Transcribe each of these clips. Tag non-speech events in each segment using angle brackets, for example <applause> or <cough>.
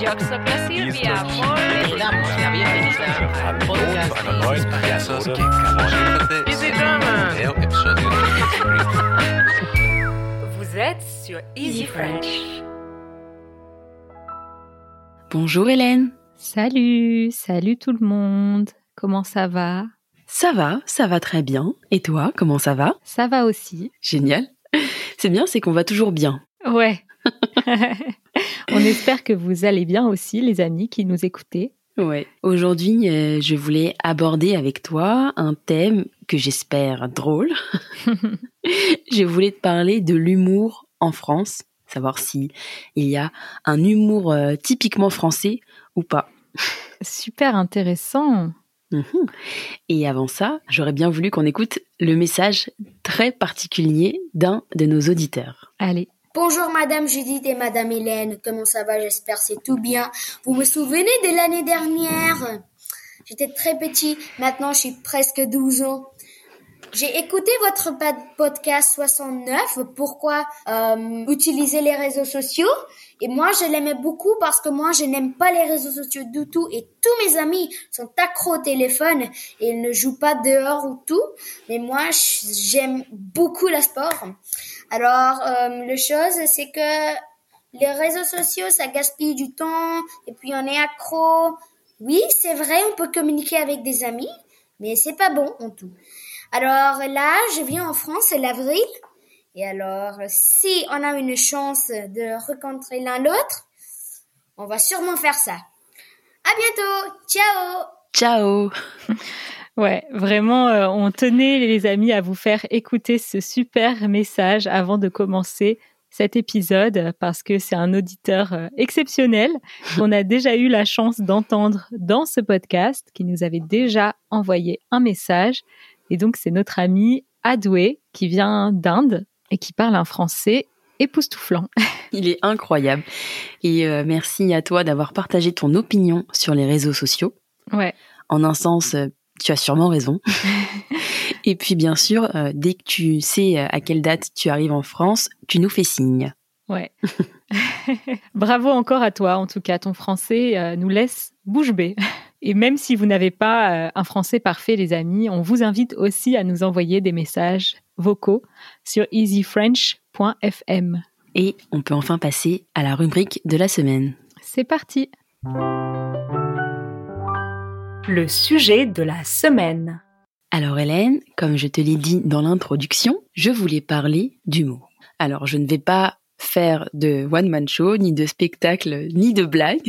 Jobsoc Silvia. Le damos la bienvenida al podcast de Payasos que calientan de Easy Drama. video episodio de Vous êtes sur Easy French. Bonjour Hélène. Salut, salut tout le monde. Comment ça va Ça va, ça va très bien. Et toi, comment ça va Ça va aussi. Génial. C'est bien, c'est qu'on va toujours bien. Ouais. <laughs> On espère que vous allez bien aussi, les amis qui nous écoutez. Ouais. Aujourd'hui, euh, je voulais aborder avec toi un thème que j'espère <laughs> drôle. je voulais te parler de l'humour en France, savoir si il y a un humour euh, typiquement français ou pas. Super intéressant. Mhm. Et avant ça, j'aurais bien voulu qu'on écoute le message très particulier d'un de nos auditeurs. Allez, Bonjour Madame Judith et Madame Hélène, comment ça va J'espère c'est tout bien. Vous me souvenez de l'année dernière J'étais très petit, maintenant je suis presque 12 ans. J'ai écouté votre pod- podcast 69, pourquoi euh, utiliser les réseaux sociaux Et moi je l'aimais beaucoup parce que moi je n'aime pas les réseaux sociaux du tout et tous mes amis sont accros au téléphone et ils ne jouent pas dehors ou tout. Mais moi je- j'aime beaucoup la sport. Alors, euh, le chose, c'est que les réseaux sociaux, ça gaspille du temps, et puis on est accro. Oui, c'est vrai, on peut communiquer avec des amis, mais c'est pas bon en tout. Alors là, je viens en France, c'est l'avril. Et alors, si on a une chance de rencontrer l'un l'autre, on va sûrement faire ça. À bientôt! Ciao! Ciao Ouais, vraiment, euh, on tenait les amis à vous faire écouter ce super message avant de commencer cet épisode parce que c'est un auditeur euh, exceptionnel qu'on a déjà eu la chance d'entendre dans ce podcast qui nous avait déjà envoyé un message. Et donc, c'est notre ami Adoué qui vient d'Inde et qui parle un français époustouflant. Il est incroyable. Et euh, merci à toi d'avoir partagé ton opinion sur les réseaux sociaux. Ouais, En un sens, euh, tu as sûrement raison. Et puis bien sûr, euh, dès que tu sais euh, à quelle date tu arrives en France, tu nous fais signe. ouais. Bravo encore à toi, en tout cas, ton français euh, nous laisse bouche bée. <laughs> Et même si vous n'avez pas euh, un français parfait, les amis, on vous invite aussi à nous envoyer des messages vocaux sur easyfrench.fm. Et on peut enfin passer à la rubrique de la semaine. C'est parti Le sujet de la semaine. Alors Hélène, comme je te l'ai dit dans l'introduction, je voulais parler d'humour. Alors je ne vais pas faire de one-man show, ni de spectacle, ni de blague.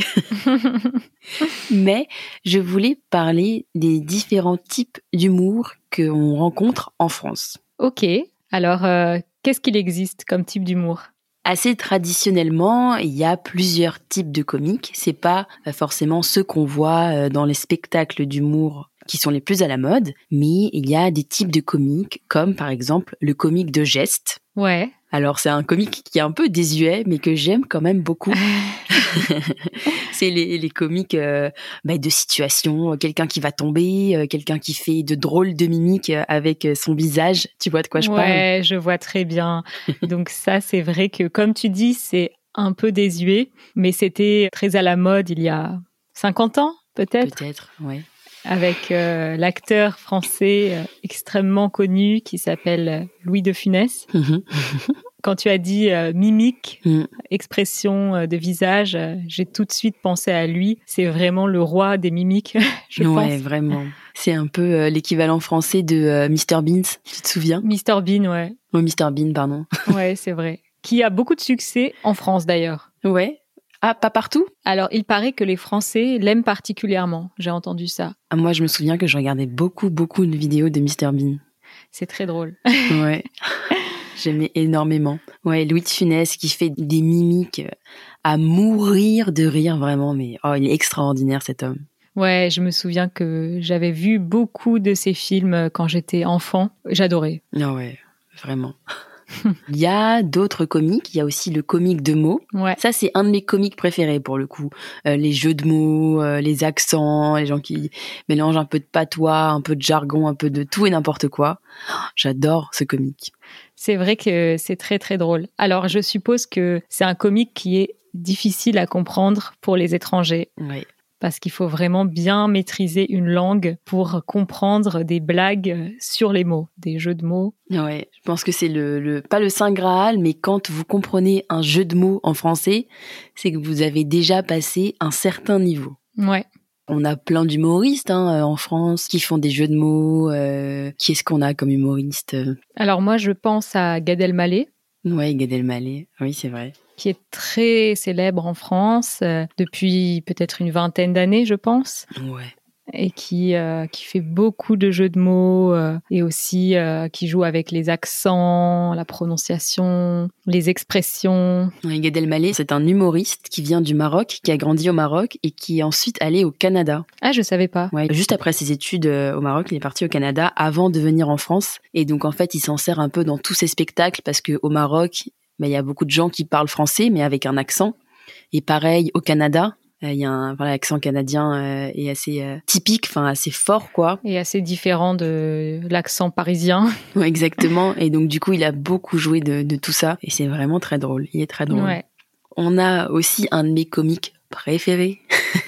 mais je voulais parler des différents types d'humour qu'on rencontre en France. Ok, alors euh, qu'est-ce qu'il existe comme type d'humour Assez traditionnellement, il y a plusieurs types de comiques. C'est pas euh, forcément ceux qu'on voit euh, dans les spectacles d'humour qui sont les plus à la mode, mais il y a des types de comiques comme par exemple le comique de geste. Ouais, Alors c'est un comique qui est un peu désuet, mais que j'aime quand même beaucoup. <laughs> c'est les, les comiques euh, bah, de situation, euh, quelqu'un qui va tomber, euh, quelqu'un qui fait de drôles de mimiques euh, avec euh, son visage. Tu vois de quoi je parle ouais, je vois très <laughs> bien. Donc ça, c'est vrai que comme tu dis, c'est un peu désuet, mais c'était très à la mode il y a 50 ans peut-être. Peut-être, ouais. avec euh, l'acteur français euh, extrêmement connu qui s'appelle euh, Louis de Funès. Mhm. Quand tu as dit euh, mimique, Mm. expression euh, de visage, euh, j'ai tout de suite pensé à lui. C'est vraiment le roi des mimiques, <laughs> je ouais, pense. vraiment. <laughs> C'est un peu euh, l'équivalent français de euh, Mr Bean, tu te souviens Mr Bean, ouais, Oh, Mr Bean, pardon. ouais, c'est vrai. Qui a beaucoup de succès en France d'ailleurs. <laughs> Ouais. Ah, pas partout Alors, il paraît que les Français l'aiment particulièrement. J'ai entendu ça. Ah, Moi, je me souviens que je regardais beaucoup, beaucoup de vidéos de Mr <laughs> Bean. C'est très drôle. Ouais. <laughs> J'aimais énormément. Ouais, Louis de Funès qui fait des mimiques euh, à mourir de rire vraiment, mais oh, il est extraordinaire cet homme. Ouais, je me souviens que j'avais vu euh, beaucoup de ces films quand j'étais enfant. J'adorais. Ah ouais, vraiment. <laughs> Il y a d'autres comiques. Il y a aussi le comique de mots. Ouais. Ça, c'est un de mes comiques préférés pour le coup. Euh, les jeux de mots, euh, les accents, les gens qui mélangent un peu de patois, un peu de jargon, un peu de tout et n'importe quoi. Oh, J'adore ce comique. C'est vrai que c'est très très drôle. Alors je suppose que c'est un comique qui est difficile à comprendre pour les étrangers Oui. parce qu'il faut vraiment bien maîtriser une langue pour comprendre des blagues sur les mots, des jeux de mots. Ouais, je pense que c'est le, le pas le saint graal, mais quand vous comprenez un jeu de mots en français, c'est que vous avez déjà passé un certain niveau. Ouais. On a plein d'humoristes hein, en France qui font des jeux de mots. euh, qui est-ce qu'on a comme humoriste euh, Alors moi je pense à Gad Elmaleh Ouais, Gad Elmaleh. Oui, c'est vrai. qui est très célèbre en France euh, depuis peut-être une vingtaine d'années, je pense, Ouais. et qui, euh, qui fait beaucoup de jeux de mots euh, et aussi euh, qui joue avec les accents, la prononciation, les expressions. Ouais, Gad Elmaleh, c'est un humoriste qui vient du Maroc, qui a grandi au Maroc et qui est ensuite allé au Canada. Ah, je savais pas. Ouais, juste après ses études euh, au Maroc, il est parti au Canada avant de venir en France. Et donc, en fait, il s'en sert un peu dans tous ses spectacles parce qu'au Maroc, bah, il y a beaucoup de gens qui parlent français, mais avec un accent. Et pareil, au Canada, euh, il y a un voilà, l'accent canadien euh, est assez euh, typique, enfin assez fort, quoi. <laughs> Et assez différent de l'accent parisien. Ouais, exactement. Et donc, du coup, il a beaucoup joué de, de tout ça. Et c'est vraiment très drôle. Il est très drôle. Ouais. On a aussi un de mes comiques préférés.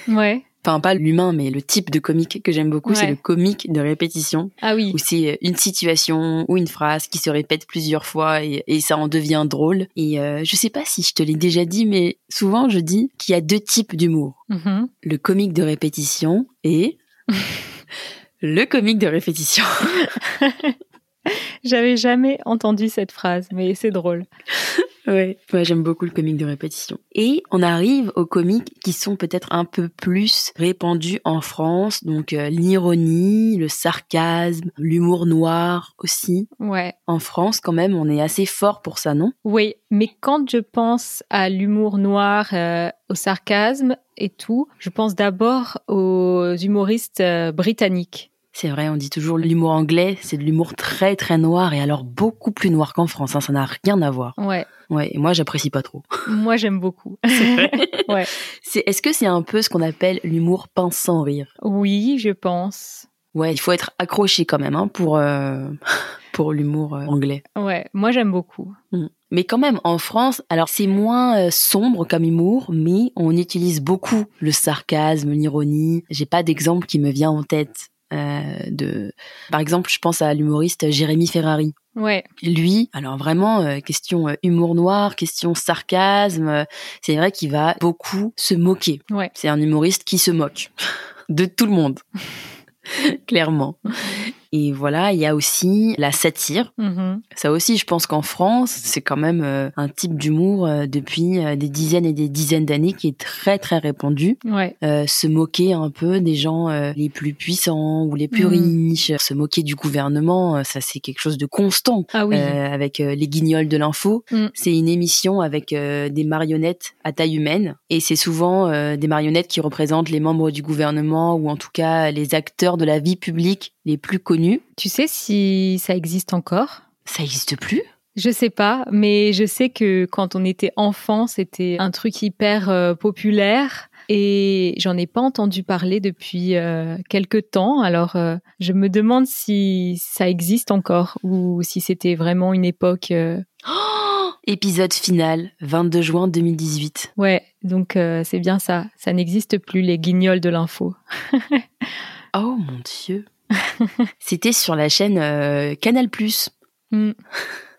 Ouais. Enfin, pas l'humain, mais le type de comique que j'aime beaucoup, c'est Ouais. le comique de répétition. Ah oui. où c'est euh, une situation ou une phrase qui se répète plusieurs fois et, et ça en devient drôle. Et euh, je sais pas si je te l'ai déjà dit, mais souvent je dis qu'il y a deux types d'humour. Mhm. Le comique de répétition et <laughs> le comique de répétition. J'avais jamais entendu cette phrase, mais c'est drôle. Ouais. Moi j'aime beaucoup le comique de répétition. Et on arrive aux comiques qui sont peut-être un peu plus répandus en France, donc euh, l'ironie, le sarcasme, l'humour noir aussi. Ouais. En France quand même, on est assez fort pour ça, non Oui, mais quand je pense à l'humour noir, euh, au sarcasme et tout, je pense d'abord aux humoristes euh, britanniques. C'est vrai, on dit toujours l'humour anglais, c'est de l'humour très très noir et alors beaucoup plus noir qu'en France. hein, ça n'a rien à voir. Ouais, Ouais, et moi j'apprécie pas trop. moi j'aime beaucoup. C'est, est-ce que c'est un peu ce qu'on appelle l'humour pince sans rire Oui, je pense. Ouais, il faut être accroché quand même hein, pour euh, <laughs> pour l'humour euh, anglais. Ouais, moi j'aime beaucoup. Mm. Mais quand même, en France, alors c'est moins euh, sombre comme humour, mais on utilise beaucoup le sarcasme, l'ironie. J'ai pas d'exemple qui me vient en tête. euh, de, par exemple, je pense à l'humoriste Jérémy Ferrari. Ouais, Lui, alors vraiment, euh, question euh, humour noir, question sarcasme, euh, c'est vrai qu'il va beaucoup se moquer. Ouais. C'est un humoriste qui se moque de tout le monde, clairement. Et voilà, il y a aussi la satire. mhm, Ça aussi, je pense qu'en France, c'est quand même euh, un type d'humour euh, depuis euh, des dizaines et des dizaines d'années qui est très très répandu. ouais, Euh, se moquer un peu des gens euh, les plus puissants ou les plus Mhm. riches, se moquer du gouvernement, euh, ça c'est quelque chose de constant. ah oui, Euh, avec euh, les guignols de l'info. Mm. C'est une émission avec euh, des marionnettes à taille humaine et c'est souvent euh, des marionnettes qui représentent les membres du gouvernement ou en tout cas les acteurs de la vie publique les plus connus. tu sais si ça existe encore Ça existe plus Je sais pas, mais je sais que quand on était enfant, c'était un truc hyper euh, populaire et j'en ai pas entendu parler depuis euh, quelque temps. Alors euh, je me demande si ça existe encore ou si c'était vraiment une époque. euh, Épisode final, 22 juin 2018. Ouais, donc euh, c'est bien ça. Ça n'existe plus les guignols de l'info. Oh mon <laughs> dieu. C'était sur la chaîne euh, Canal+. Mm. <laughs>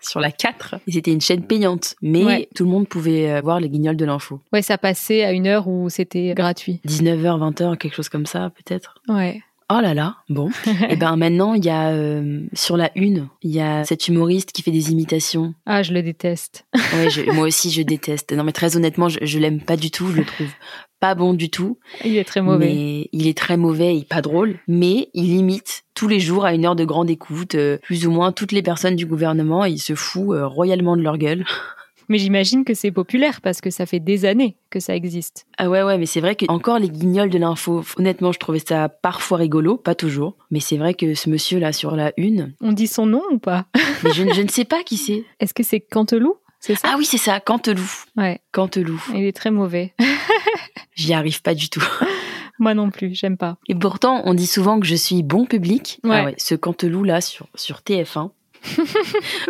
Sur la 4. Et C'était une chaîne payante, mais Ouais. tout le monde pouvait euh, voir les guignols de l'info. Ouais, ça passait à une heure où c'était gratuit. 19h, 20h, quelque chose comme ça peut-être. Ouais. Oh là là, <laughs> bon. Et ben maintenant, il y a euh, sur la une, il y a cet humoriste qui fait des imitations. Ah, je le déteste. Ouais, je- moi aussi, je déteste. Non, mais très honnêtement, je, je l'aime pas du tout. Je le trouve pas bon du tout. Il est très mauvais. Mais il est très mauvais et pas drôle. Mais il imite tous les jours à une heure de grande écoute, euh, plus ou moins toutes les personnes du gouvernement. Et il se fout euh, royalement de leur gueule. Mais j'imagine que c'est populaire parce que ça fait des années que ça existe. Ah ouais, ouais, mais c'est vrai que encore les guignols de l'info. Honnêtement, je trouvais ça parfois rigolo, pas toujours. Mais c'est vrai que ce monsieur-là sur la une, On dit son nom ou pas mais je, ne- je ne sais pas qui c'est. Est-ce que c'est Canteloup C'est ça Ah oui, c'est ça, Canteloup. Ouais, Canteloup. il est très mauvais. <laughs> J'y arrive pas du tout. Moi non plus, j'aime pas. Et pourtant, on dit souvent que je suis bon public. Ah Ouais. ouais, ce Canteloup-là sur, sur <laughs> TF1.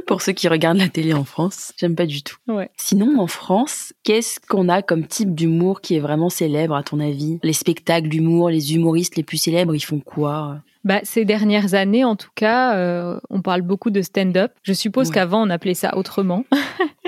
Pour ceux qui regardent la télé en France, j'aime pas du tout. Ouais. Sinon, en France, qu'est-ce qu'on a comme type d'humour qui est vraiment célèbre à ton avis Les spectacles d'humour, les humoristes les plus célèbres, ils font quoi Bah, ces dernières années, en tout cas, euh, on parle beaucoup de stand-up. Je suppose Ouais. qu'avant, on appelait ça autrement. <laughs>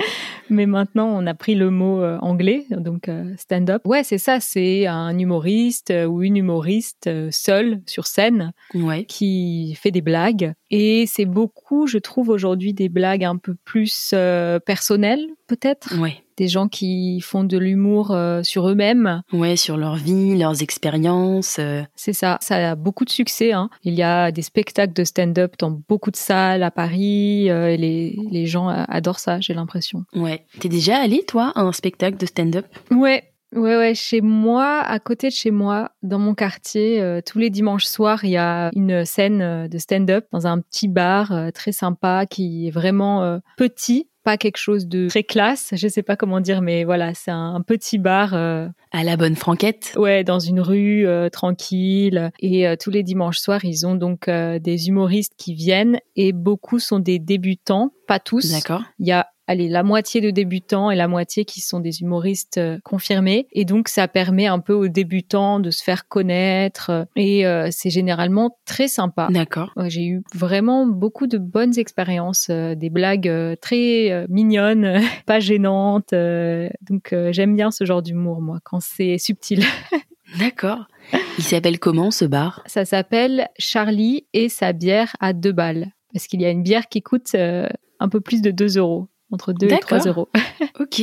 Mais maintenant, on a pris le mot euh, anglais, donc euh, stand-up. Ouais, c'est ça, c'est un humoriste euh, ou une humoriste euh, seule sur scène Ouais. qui fait des blagues. Et c'est beaucoup, je trouve, aujourd'hui des blagues un peu plus euh, personnelles, peut-être. Ouais. Des gens qui font de l'humour euh, sur eux-mêmes. Ouais, sur leur vie, leurs expériences. euh, C'est ça, ça a beaucoup de succès. hein. Il y a des spectacles de stand-up dans beaucoup de salles à Paris. euh, et les, les gens euh, adorent ça, j'ai l'impression. Ouais. T'es déjà allé, toi, à un spectacle de stand-up Ouais, ouais, ouais. Chez moi, à côté de chez moi, dans mon quartier, euh, tous les dimanches soirs, il y a une scène euh, de stand-up dans un petit bar euh, très sympa qui est vraiment euh, petit, pas quelque chose de très classe. Je sais pas comment dire, mais voilà, c'est un, un petit bar. euh, À la bonne franquette Ouais, dans une rue euh, tranquille. Et euh, tous les dimanches soirs, ils ont donc euh, des humoristes qui viennent et beaucoup sont des débutants, pas tous. D'accord. Il y a allez, la moitié de débutants et la moitié qui sont des humoristes euh, confirmés. Et donc, ça permet un peu aux débutants de se faire connaître. euh, Et euh, c'est généralement très sympa. D'accord. Ouais, J'ai eu vraiment beaucoup de bonnes expériences, euh, des blagues euh, très euh, mignonnes, <laughs> pas gênantes. euh, donc euh, j'aime bien ce genre d'humour, moi, quand c'est subtil. <laughs> D'accord. Il s'appelle comment ce bar Ça s'appelle Charlie et sa bière à deux balles. Parce qu'il y a une bière qui coûte euh, un peu plus de 2 euros, entre 2 et 3 D'accord. euros. Ok.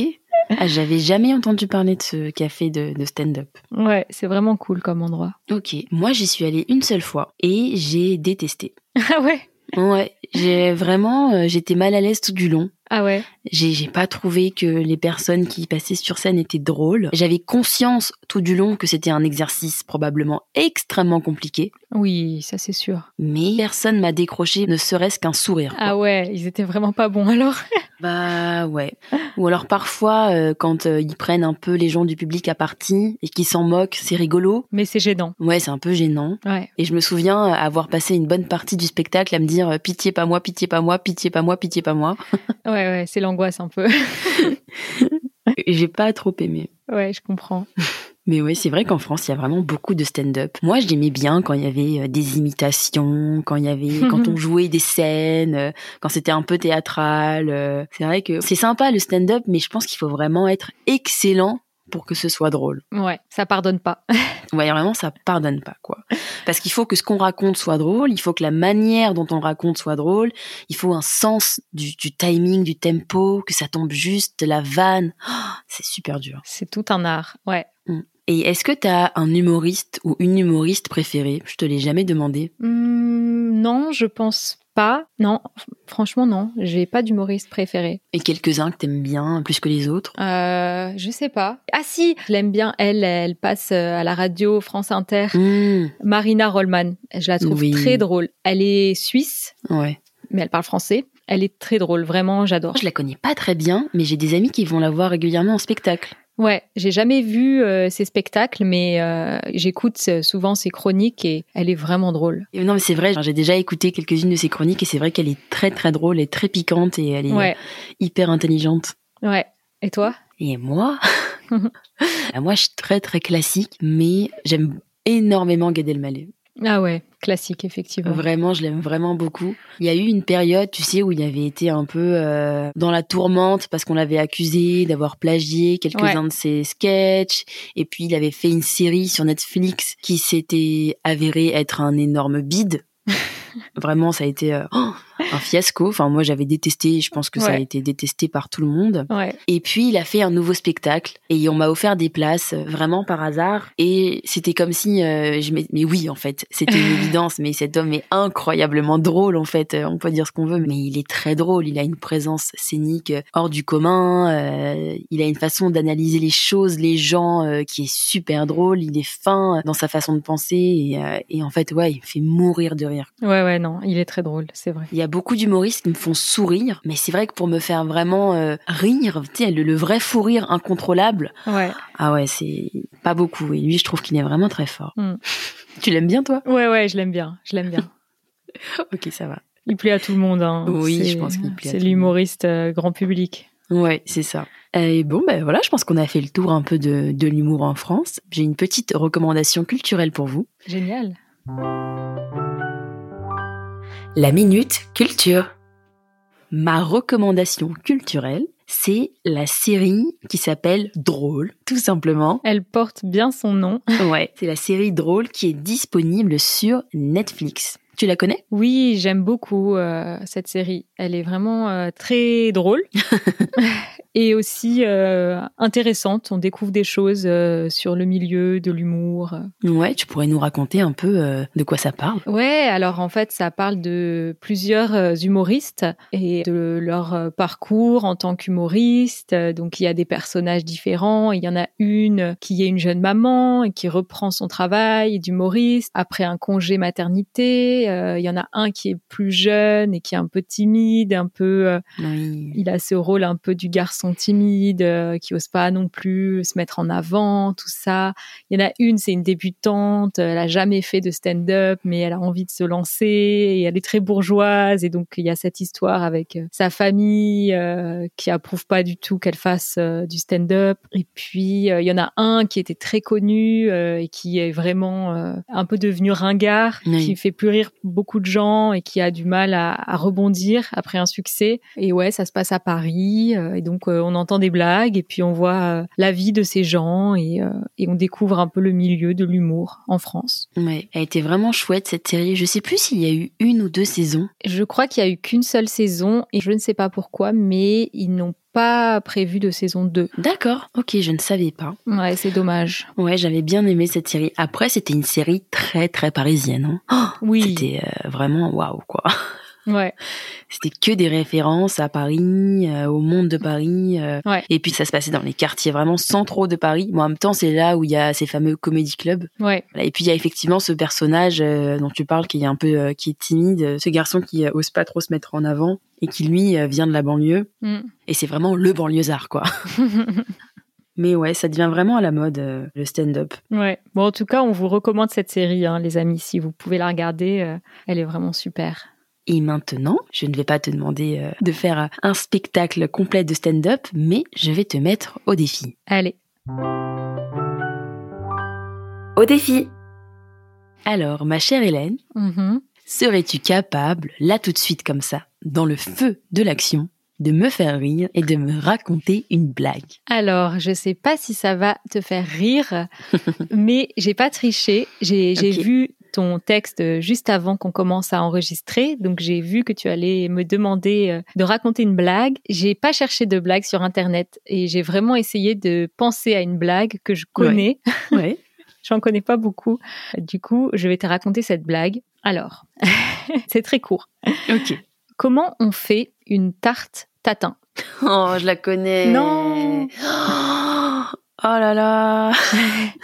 Ah, j'avais jamais entendu parler de ce café de, de stand-up. ouais, c'est vraiment cool comme endroit. Ok. Moi, j'y suis allée une seule fois et j'ai détesté. <laughs> Ah ouais Ouais. J'ai vraiment, euh, j'étais mal à l'aise tout du long. Ah ouais J'ai j'ai pas trouvé que les personnes qui passaient sur scène étaient drôles. J'avais conscience tout du long que c'était un exercice probablement extrêmement compliqué, Oui, ça c'est sûr. mais personne m'a décroché ne serait-ce qu'un sourire. quoi. Ah ouais, ils étaient vraiment pas bons alors. Bah ouais. Ou alors parfois, euh, quand euh, ils prennent un peu les gens du public à partie et qu'ils s'en moquent, c'est rigolo. <laughs> Mais c'est gênant. Ouais, c'est un peu gênant. Ouais. Et je me souviens euh, avoir passé une bonne partie du spectacle à me dire euh, pitié pas moi, pitié pas moi, pitié pas moi, pitié pas moi. Ouais, ouais, c'est l'angoisse un peu. Et J'ai pas trop aimé. <laughs> ouais, je comprends. Mais ouais, c'est vrai qu'en France, il y a vraiment beaucoup de stand-up. Moi, je l'aimais bien quand il y avait euh, des imitations, quand il y avait, quand on jouait des scènes, euh, quand c'était un peu théâtral. euh. C'est vrai que c'est sympa le stand-up, mais je pense qu'il faut vraiment être excellent pour que ce soit drôle. Ouais, ça pardonne pas. <laughs> Ouais, vraiment, ça pardonne pas, quoi. Parce qu'il faut que ce qu'on raconte soit drôle, il faut que la manière dont on le raconte soit drôle, il faut un sens du, du timing, du tempo, que ça tombe juste, de la vanne. Ah, c'est super dur. C'est tout un art. Ouais. Et est-ce que t'as un humoriste ou une humoriste préférée Je te l'ai jamais demandé. Hum, non, je pense pas. Non, f- franchement, non. J'ai pas d'humoriste préféré. Et quelques-uns que t'aimes bien plus que les autres Euh, je sais pas. Ah si, je l'aime bien. Elle, elle passe euh, à la radio France Inter. Mmh, Marina Rollman. Je la trouve Oui. très drôle. Elle est suisse, Ouais. mais elle parle français. Elle est très drôle. Vraiment, j'adore. Je la connais pas très bien, mais j'ai des amis qui vont la voir régulièrement en spectacle. Ouais, j'ai jamais vu euh, ses spectacles, mais euh, j'écoute euh, souvent ses chroniques et elle est vraiment drôle. Et non, mais c'est vrai, j'ai déjà écouté quelques-unes de ses chroniques et c'est vrai qu'elle est très très drôle et très piquante et elle est Ouais, hyper intelligente. ouais. Et toi Et moi <laughs> Ah, Moi, je suis très très classique, mais j'aime énormément Gad Elmaleh. Ah ouais, classique effectivement. Vraiment, je l'aime vraiment beaucoup. Il y a eu une période, tu sais, où il avait été un peu euh, dans la tourmente parce qu'on l'avait accusé d'avoir plagié quelques-uns de ses sketchs. Et puis, il avait fait une série sur Netflix qui s'était avérée être un énorme bide. vraiment, ça a été... euh, <gasps> oh un fiasco. Enfin, moi, j'avais détesté. Je pense que ça a Ouais. été détesté par tout le monde. Ouais. Et puis, il a fait un nouveau spectacle et on m'a offert des places euh, vraiment par hasard. Et c'était comme si, euh, je m'ai- mais oui, en fait, c'était une évidence. Mais cet homme est incroyablement drôle, en fait. Euh, On peut dire ce qu'on veut, mais il est très drôle. Il a une présence scénique euh, hors du commun. euh, il a une façon d'analyser les choses, les gens, euh, qui est super drôle. Il est fin euh, dans sa façon de penser. Et, euh, et en fait, ouais, il me fait mourir de rire. Ouais, ouais, non, il est très drôle, c'est vrai. Il y a beaucoup d'humoristes qui me font sourire, mais c'est vrai que pour me faire vraiment euh, rire, tu sais, le, le vrai fou rire incontrôlable, Ouais. ah ouais, c'est pas beaucoup. Et lui, je trouve qu'il est vraiment très fort. Mm. <laughs> Tu l'aimes bien, toi Ouais, ouais, je l'aime bien. Je l'aime bien. <laughs> Ok, ça va. Il plaît à tout le monde. hein. Oui, C'est- je pense qu'il plaît à C'est tout le monde. l'humoriste euh, grand public. Ouais, c'est ça. Et bon, ben voilà, je pense qu'on a fait le tour un peu de, de l'humour en France. J'ai une petite recommandation culturelle pour vous. Génial. La Minute Culture. Ma recommandation culturelle, c'est la série qui s'appelle Drôle, tout simplement. Elle porte bien son nom. Ouais, c'est la série drôle qui est disponible sur Netflix. Tu la connais Oui, j'aime beaucoup euh, cette série. Elle est vraiment euh, très drôle et aussi euh, intéressante. On découvre des choses euh, sur le milieu de l'humour. euh, Ouais, tu pourrais nous raconter un peu euh, de quoi ça parle. Ouais, alors en fait, ça parle de plusieurs euh, humoristes et de leur euh, parcours en tant qu'humoriste. Euh, Donc il y a des personnages différents. Il y en a une qui est une jeune maman et qui reprend son travail d'humoriste après un congé maternité. Euh, Il y en a un qui est plus jeune et qui est un peu timide, un peu euh, Oui. il a ce rôle un peu du garçon timide euh, qui ose pas non plus se mettre en avant, tout ça. Il y en a une, c'est une débutante, euh, elle a jamais fait de stand-up, mais elle a envie de se lancer et elle est très bourgeoise et donc il y a cette histoire avec euh, sa famille euh, qui approuve pas du tout qu'elle fasse euh, du stand-up. Et puis euh, il y en a un qui était très connu euh, et qui est vraiment euh, un peu devenu ringard, Oui. qui fait plus rire beaucoup de gens et qui a du mal à, à rebondir après un succès. Et ouais, ça se passe à Paris. euh, et donc, euh, on entend des blagues et puis on voit euh, la vie de ces gens et, euh, et on découvre un peu le milieu de l'humour en France. Ouais, elle était vraiment chouette cette série. Je sais plus s'il y a eu une ou deux saisons. Je crois qu'il y a eu qu'une seule saison et je ne sais pas pourquoi, mais ils n'ont pas prévu de saison 2. D'accord, ok, je ne savais pas. Ouais, c'est dommage. Ouais, j'avais bien aimé cette série. Après, c'était une série très très parisienne. hein. Oui. C'était euh, vraiment waouh quoi. <laughs> Ouais. C'était que des références à Paris, euh, au monde de Paris. euh, Ouais. Et puis ça se passait dans les quartiers vraiment centraux de Paris. Mais en même temps, c'est là où il y a ces fameux comédie clubs. Ouais. Voilà, Et puis il y a effectivement ce personnage euh, dont tu parles qui est un peu euh, qui est timide, euh, ce garçon qui euh, ose pas trop se mettre en avant et qui lui euh, vient de la banlieue Mm. et c'est vraiment le banlieusard quoi. Mais ouais, ça devient vraiment à la mode euh, le stand-up. ouais. Bon, en tout cas, on vous recommande cette série, hein, les amis. Si vous pouvez la regarder, euh, elle est vraiment super. Et maintenant, je ne vais pas te demander euh, de faire euh, un spectacle complet de stand-up, mais je vais te mettre au défi. Allez. Au défi. Alors, ma chère Hélène, Mhm. serais-tu capable, là tout de suite comme ça, dans le feu de l'action, de me faire rire et de me raconter une blague Alors, je sais pas si ça va te faire <laughs> rire, mais j'ai pas triché. J'ai j'ai Ok. vu ton texte juste avant qu'on commence à enregistrer, donc j'ai vu que tu allais me demander euh, de raconter une blague. J'ai pas cherché de blague sur internet et j'ai vraiment essayé de penser à une blague que je connais <laughs> Ouais. J'en connais pas beaucoup. Du coup, je vais te raconter cette blague. Alors, <laughs> c'est très court. <laughs> Ok. Comment on fait une tarte tatin <laughs> Oh, je la connais. Non. <gasps> Oh là là. <laughs>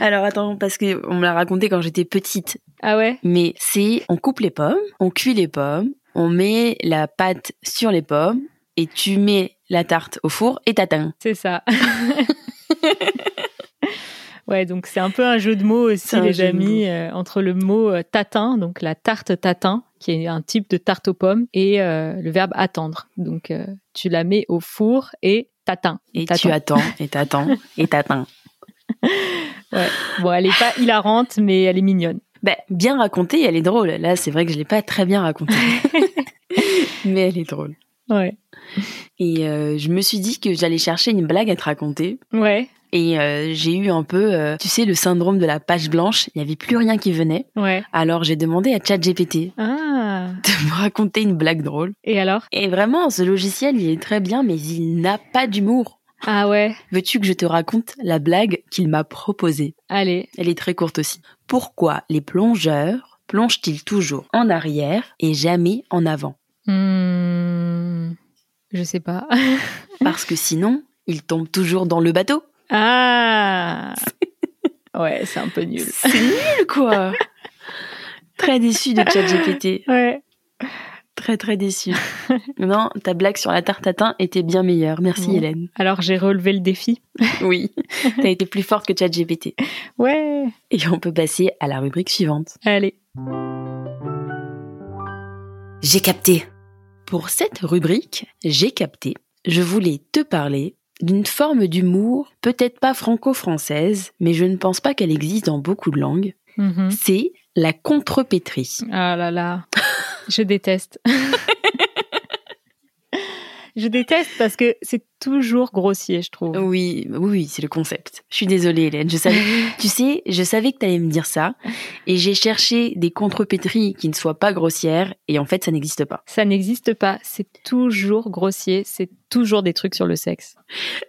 Alors attends, parce que on me l'a raconté quand j'étais petite. Ah ouais Mais c'est on coupe les pommes, on cuit les pommes, on met la pâte sur les pommes et tu mets la tarte au four et t'atteins. C'est ça. <laughs> ouais, donc c'est un peu un jeu de mots C'est aussi, un les jeu de amis, euh, entre le mot euh, tatin, donc la tarte tatin, qui est un type de tarte aux pommes, et euh, le verbe attendre. Donc euh, tu la mets au four et tatin. Et tu T'attends. attends, et <laughs> t'attends, et t'atteins. Bon, elle est <laughs> pas hilarante, mais elle est mignonne. Ben, bien racontée, elle est drôle. Là, c'est vrai que je l'ai pas très bien <laughs> racontée. Mais elle est drôle. Ouais. Et euh, je me suis dit que j'allais chercher une blague à te raconter. Ouais. Et euh, j'ai eu un peu, euh, tu sais, le syndrome de la page blanche. Il n'y avait plus rien qui venait. Ouais. Alors j'ai demandé à ChatGPT. <laughs> Ah. euh, de me raconter une blague drôle. Et alors Et vraiment, ce logiciel, il est très bien, mais il n'a pas d'humour. Ah ouais, Veux-tu que je te raconte la blague qu'il m'a proposée allez. Elle est très courte aussi. Pourquoi les plongeurs plongent-ils toujours en arrière et jamais en avant Hmm, je sais pas. Parce que sinon, ils tombent toujours dans le bateau. <laughs> Ah Ouais, c'est un peu nul. C'est nul, quoi Très déçu de ChatGPT. Ouais. Très, très déçu. <laughs> Non, ta blague sur la tarte à tatin était bien meilleure. Merci, Bon. Hélène. Alors j'ai relevé le défi. Oui, <laughs> t'as été plus forte que ChatGPT. Ouais. Et on peut passer à la rubrique suivante. Allez. J'ai capté. Pour cette rubrique, j'ai capté. Je voulais te parler d'une forme d'humour, peut-être pas franco-française, mais je ne pense pas qu'elle existe dans beaucoup de langues. Mhm. C'est la contrepétrie. Ah là là, je déteste. <laughs> je déteste parce que c'est toujours grossier, je trouve. Oui, oui, oui, c'est le concept. Je suis désolée, Hélène. Je savais, tu sais, je savais que t'allais me dire ça, et j'ai cherché des contrepétries qui ne soient pas grossières, et en fait, ça n'existe pas. Ça n'existe pas, c'est toujours grossier, c'est toujours des trucs sur le sexe.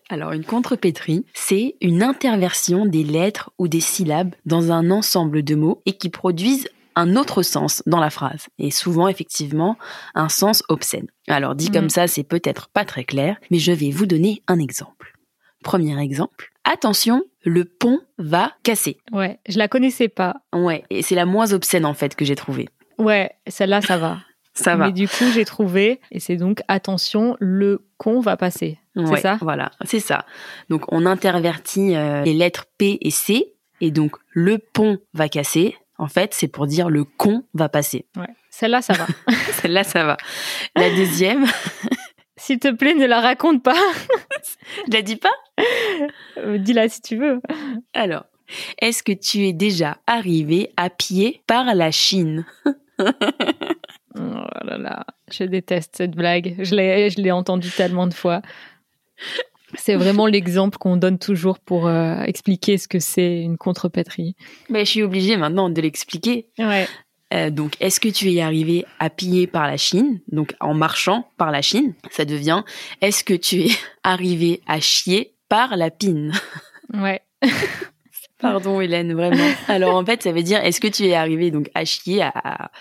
Alors, une contrepétrie, c'est une interversion des lettres ou des syllabes dans un ensemble de mots et qui produisent un autre sens dans la phrase, et souvent effectivement un sens obscène. Alors dit Mhm. comme ça, c'est peut-être pas très clair, mais je vais vous donner un exemple. Premier exemple. Attention, le pont va casser. Ouais, je la connaissais pas. Ouais, et c'est la moins obscène en fait que j'ai trouvée. Ouais, celle-là, ça va. Ça va. Mais du coup, j'ai trouvé, et c'est donc attention, le con va passer. c'est Ouais, ça Voilà, c'est ça. Donc on intervertit euh, les lettres P et C, et donc le pont va casser. En fait, c'est pour dire le con va passer. <laughs> Ouais, celle-là, <laughs> ça va. Celle-là, ça va. La deuxième, S'il te plaît, ne la raconte pas. je <laughs> la dis pas Euh, Dis-la si tu veux. Alors, est-ce que tu es déjà arrivé à pied par la Chine Oh là là, je déteste cette blague. Je l'ai, je l'ai entendue tellement de fois. C'est vraiment l'exemple qu'on donne toujours pour euh, expliquer ce que c'est une contrepétrie. Mais Ben, je suis obligée maintenant de l'expliquer. Ouais. Euh, donc, est-ce que tu es arrivé à piller par la Chine, donc en marchant par la Chine Ça devient, est-ce que tu es <laughs> arrivé à chier par la pine Ouais. Pardon Hélène, vraiment. <laughs> Alors en fait, ça veut dire est-ce que tu es arrivé donc à chier, à,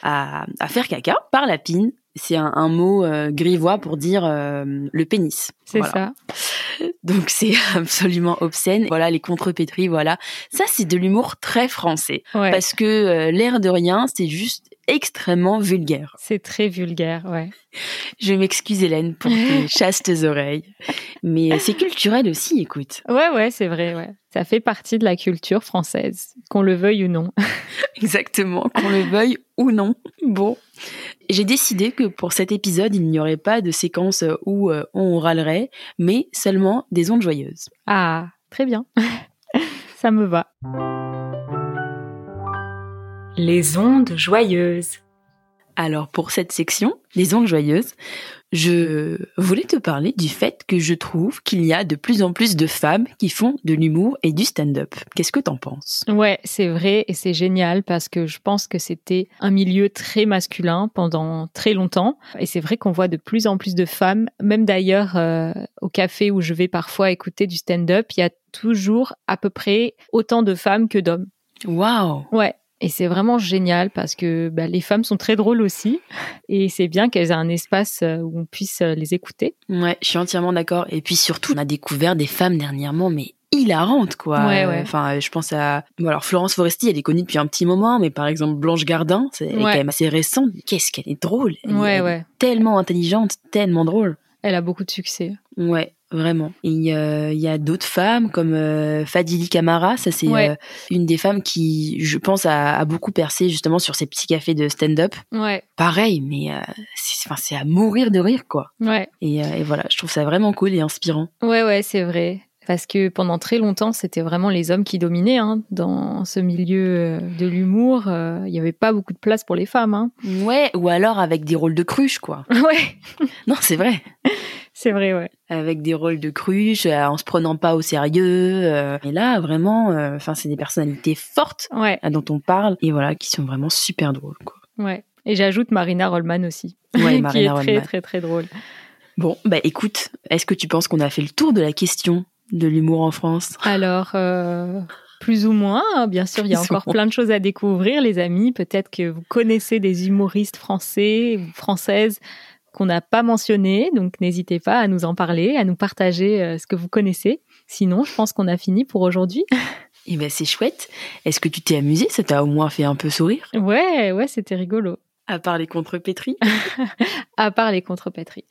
à, à faire caca par la pine C'est un, un mot euh, grivois pour dire euh, le pénis. C'est Voilà. ça. Donc c'est <laughs> absolument obscène. Voilà les contrepétries, voilà. Ça c'est de l'humour très français Ouais. parce que euh, l'air de rien, c'est juste extrêmement vulgaire. C'est très vulgaire. Ouais. Je m'excuse Hélène pour tes <laughs> chastes oreilles, mais euh, c'est culturel aussi, écoute. Ouais, ouais, c'est vrai. Ouais. Ça fait partie de la culture française, qu'on le veuille ou non. Exactement, qu'on le veuille ou non. Bon, j'ai décidé que pour cet épisode, il n'y aurait pas de séquence où euh, on râlerait, mais seulement des ondes joyeuses. Ah, très bien. <laughs> ça me va. Les ondes joyeuses. Alors pour cette section, les ondes joyeuses, je voulais te parler du fait que je trouve qu'il y a de plus en plus de femmes qui font de l'humour et du stand-up. Qu'est-ce que t'en penses Ouais, c'est vrai et c'est génial parce que je pense que c'était un milieu très masculin pendant très longtemps et c'est vrai qu'on voit de plus en plus de femmes, même d'ailleurs euh, au café où je vais parfois écouter du stand-up, il y a toujours à peu près autant de femmes que d'hommes. Waouh Ouais. Et c'est vraiment génial parce que bah, les femmes sont très drôles aussi <laughs> et c'est bien qu'elles aient un espace euh, où on puisse euh, les écouter. Ouais, je suis entièrement d'accord. Et puis surtout, on a découvert des femmes dernièrement, mais hilarantes, quoi. Ouais, ouais. Enfin, euh, je pense à. Bon, alors, Florence Foresti, elle est connue depuis un petit moment, mais par exemple, Blanche Gardin, c'est elle est Ouais. quand même assez récente. Qu'est-ce qu'elle est drôle Elle est- Ouais, elle est ouais. Tellement intelligente, tellement drôle. Elle a beaucoup de succès. Ouais, vraiment. Et euh, il y a d'autres femmes comme euh, Fadili Camara, ça c'est Ouais. euh, une des femmes qui, je pense, a, a beaucoup percé justement sur ces petits cafés de stand-up. Ouais. Pareil, mais euh, c'est enfin, c'est à mourir de rire, quoi. Ouais. Et, euh, et voilà, je trouve ça vraiment cool et inspirant. Ouais, ouais, c'est vrai. Parce que pendant très longtemps, c'était vraiment les hommes qui dominaient hein, dans ce milieu euh, de l'humour. euh, Il n'y avait pas beaucoup de place pour les femmes. Hein. Ouais, ou alors avec des rôles de cruche, quoi. <laughs> Ouais, <laughs> Non, c'est vrai. c'est vrai, ouais. Avec des rôles de cruche, euh, en se prenant pas au sérieux. euh. Et là, vraiment, euh, enfin, c'est des personnalités fortes Ouais, <laughs> euh, dont on parle et voilà, qui sont vraiment super drôles, quoi. ouais. Et j'ajoute Marina Rollman aussi, Ouais, <laughs> qui est Marina très, Rollman. très, très drôle. Bon, bah écoute, est-ce que tu penses qu'on a fait le tour de la question de l'humour en France Alors, euh, plus ou moins, hein, bien sûr, il y a Plus ou encore moins. plein de choses à découvrir, les amis. Peut-être que vous connaissez des humoristes français ou françaises qu'on n'a pas mentionnés. Donc, n'hésitez pas à nous en parler, à nous partager euh, ce que vous connaissez. Sinon, je pense qu'on a fini pour <laughs> aujourd'hui. Eh ben c'est chouette. Est-ce que tu t'es amusé Ça t'a au moins fait un peu sourire Ouais, ouais, c'était rigolo. À part les contrepétries. À part les contrepétries.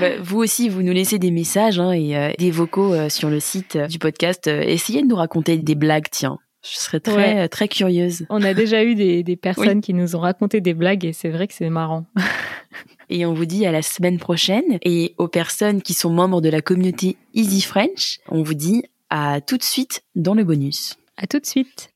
Bah, vous aussi, vous nous laissez des messages hein, et euh, des vocaux euh, sur le site euh, du podcast. Euh, essayez de nous raconter des blagues, tiens. Je serais très, Ouais. euh, très curieuse. On a déjà eu des, des personnes qui nous ont raconté des blagues et c'est vrai que c'est marrant. Et on vous dit à la semaine prochaine. Et aux personnes qui sont membres de la communauté Easy French, on vous dit à tout de suite dans le bonus. À tout de suite.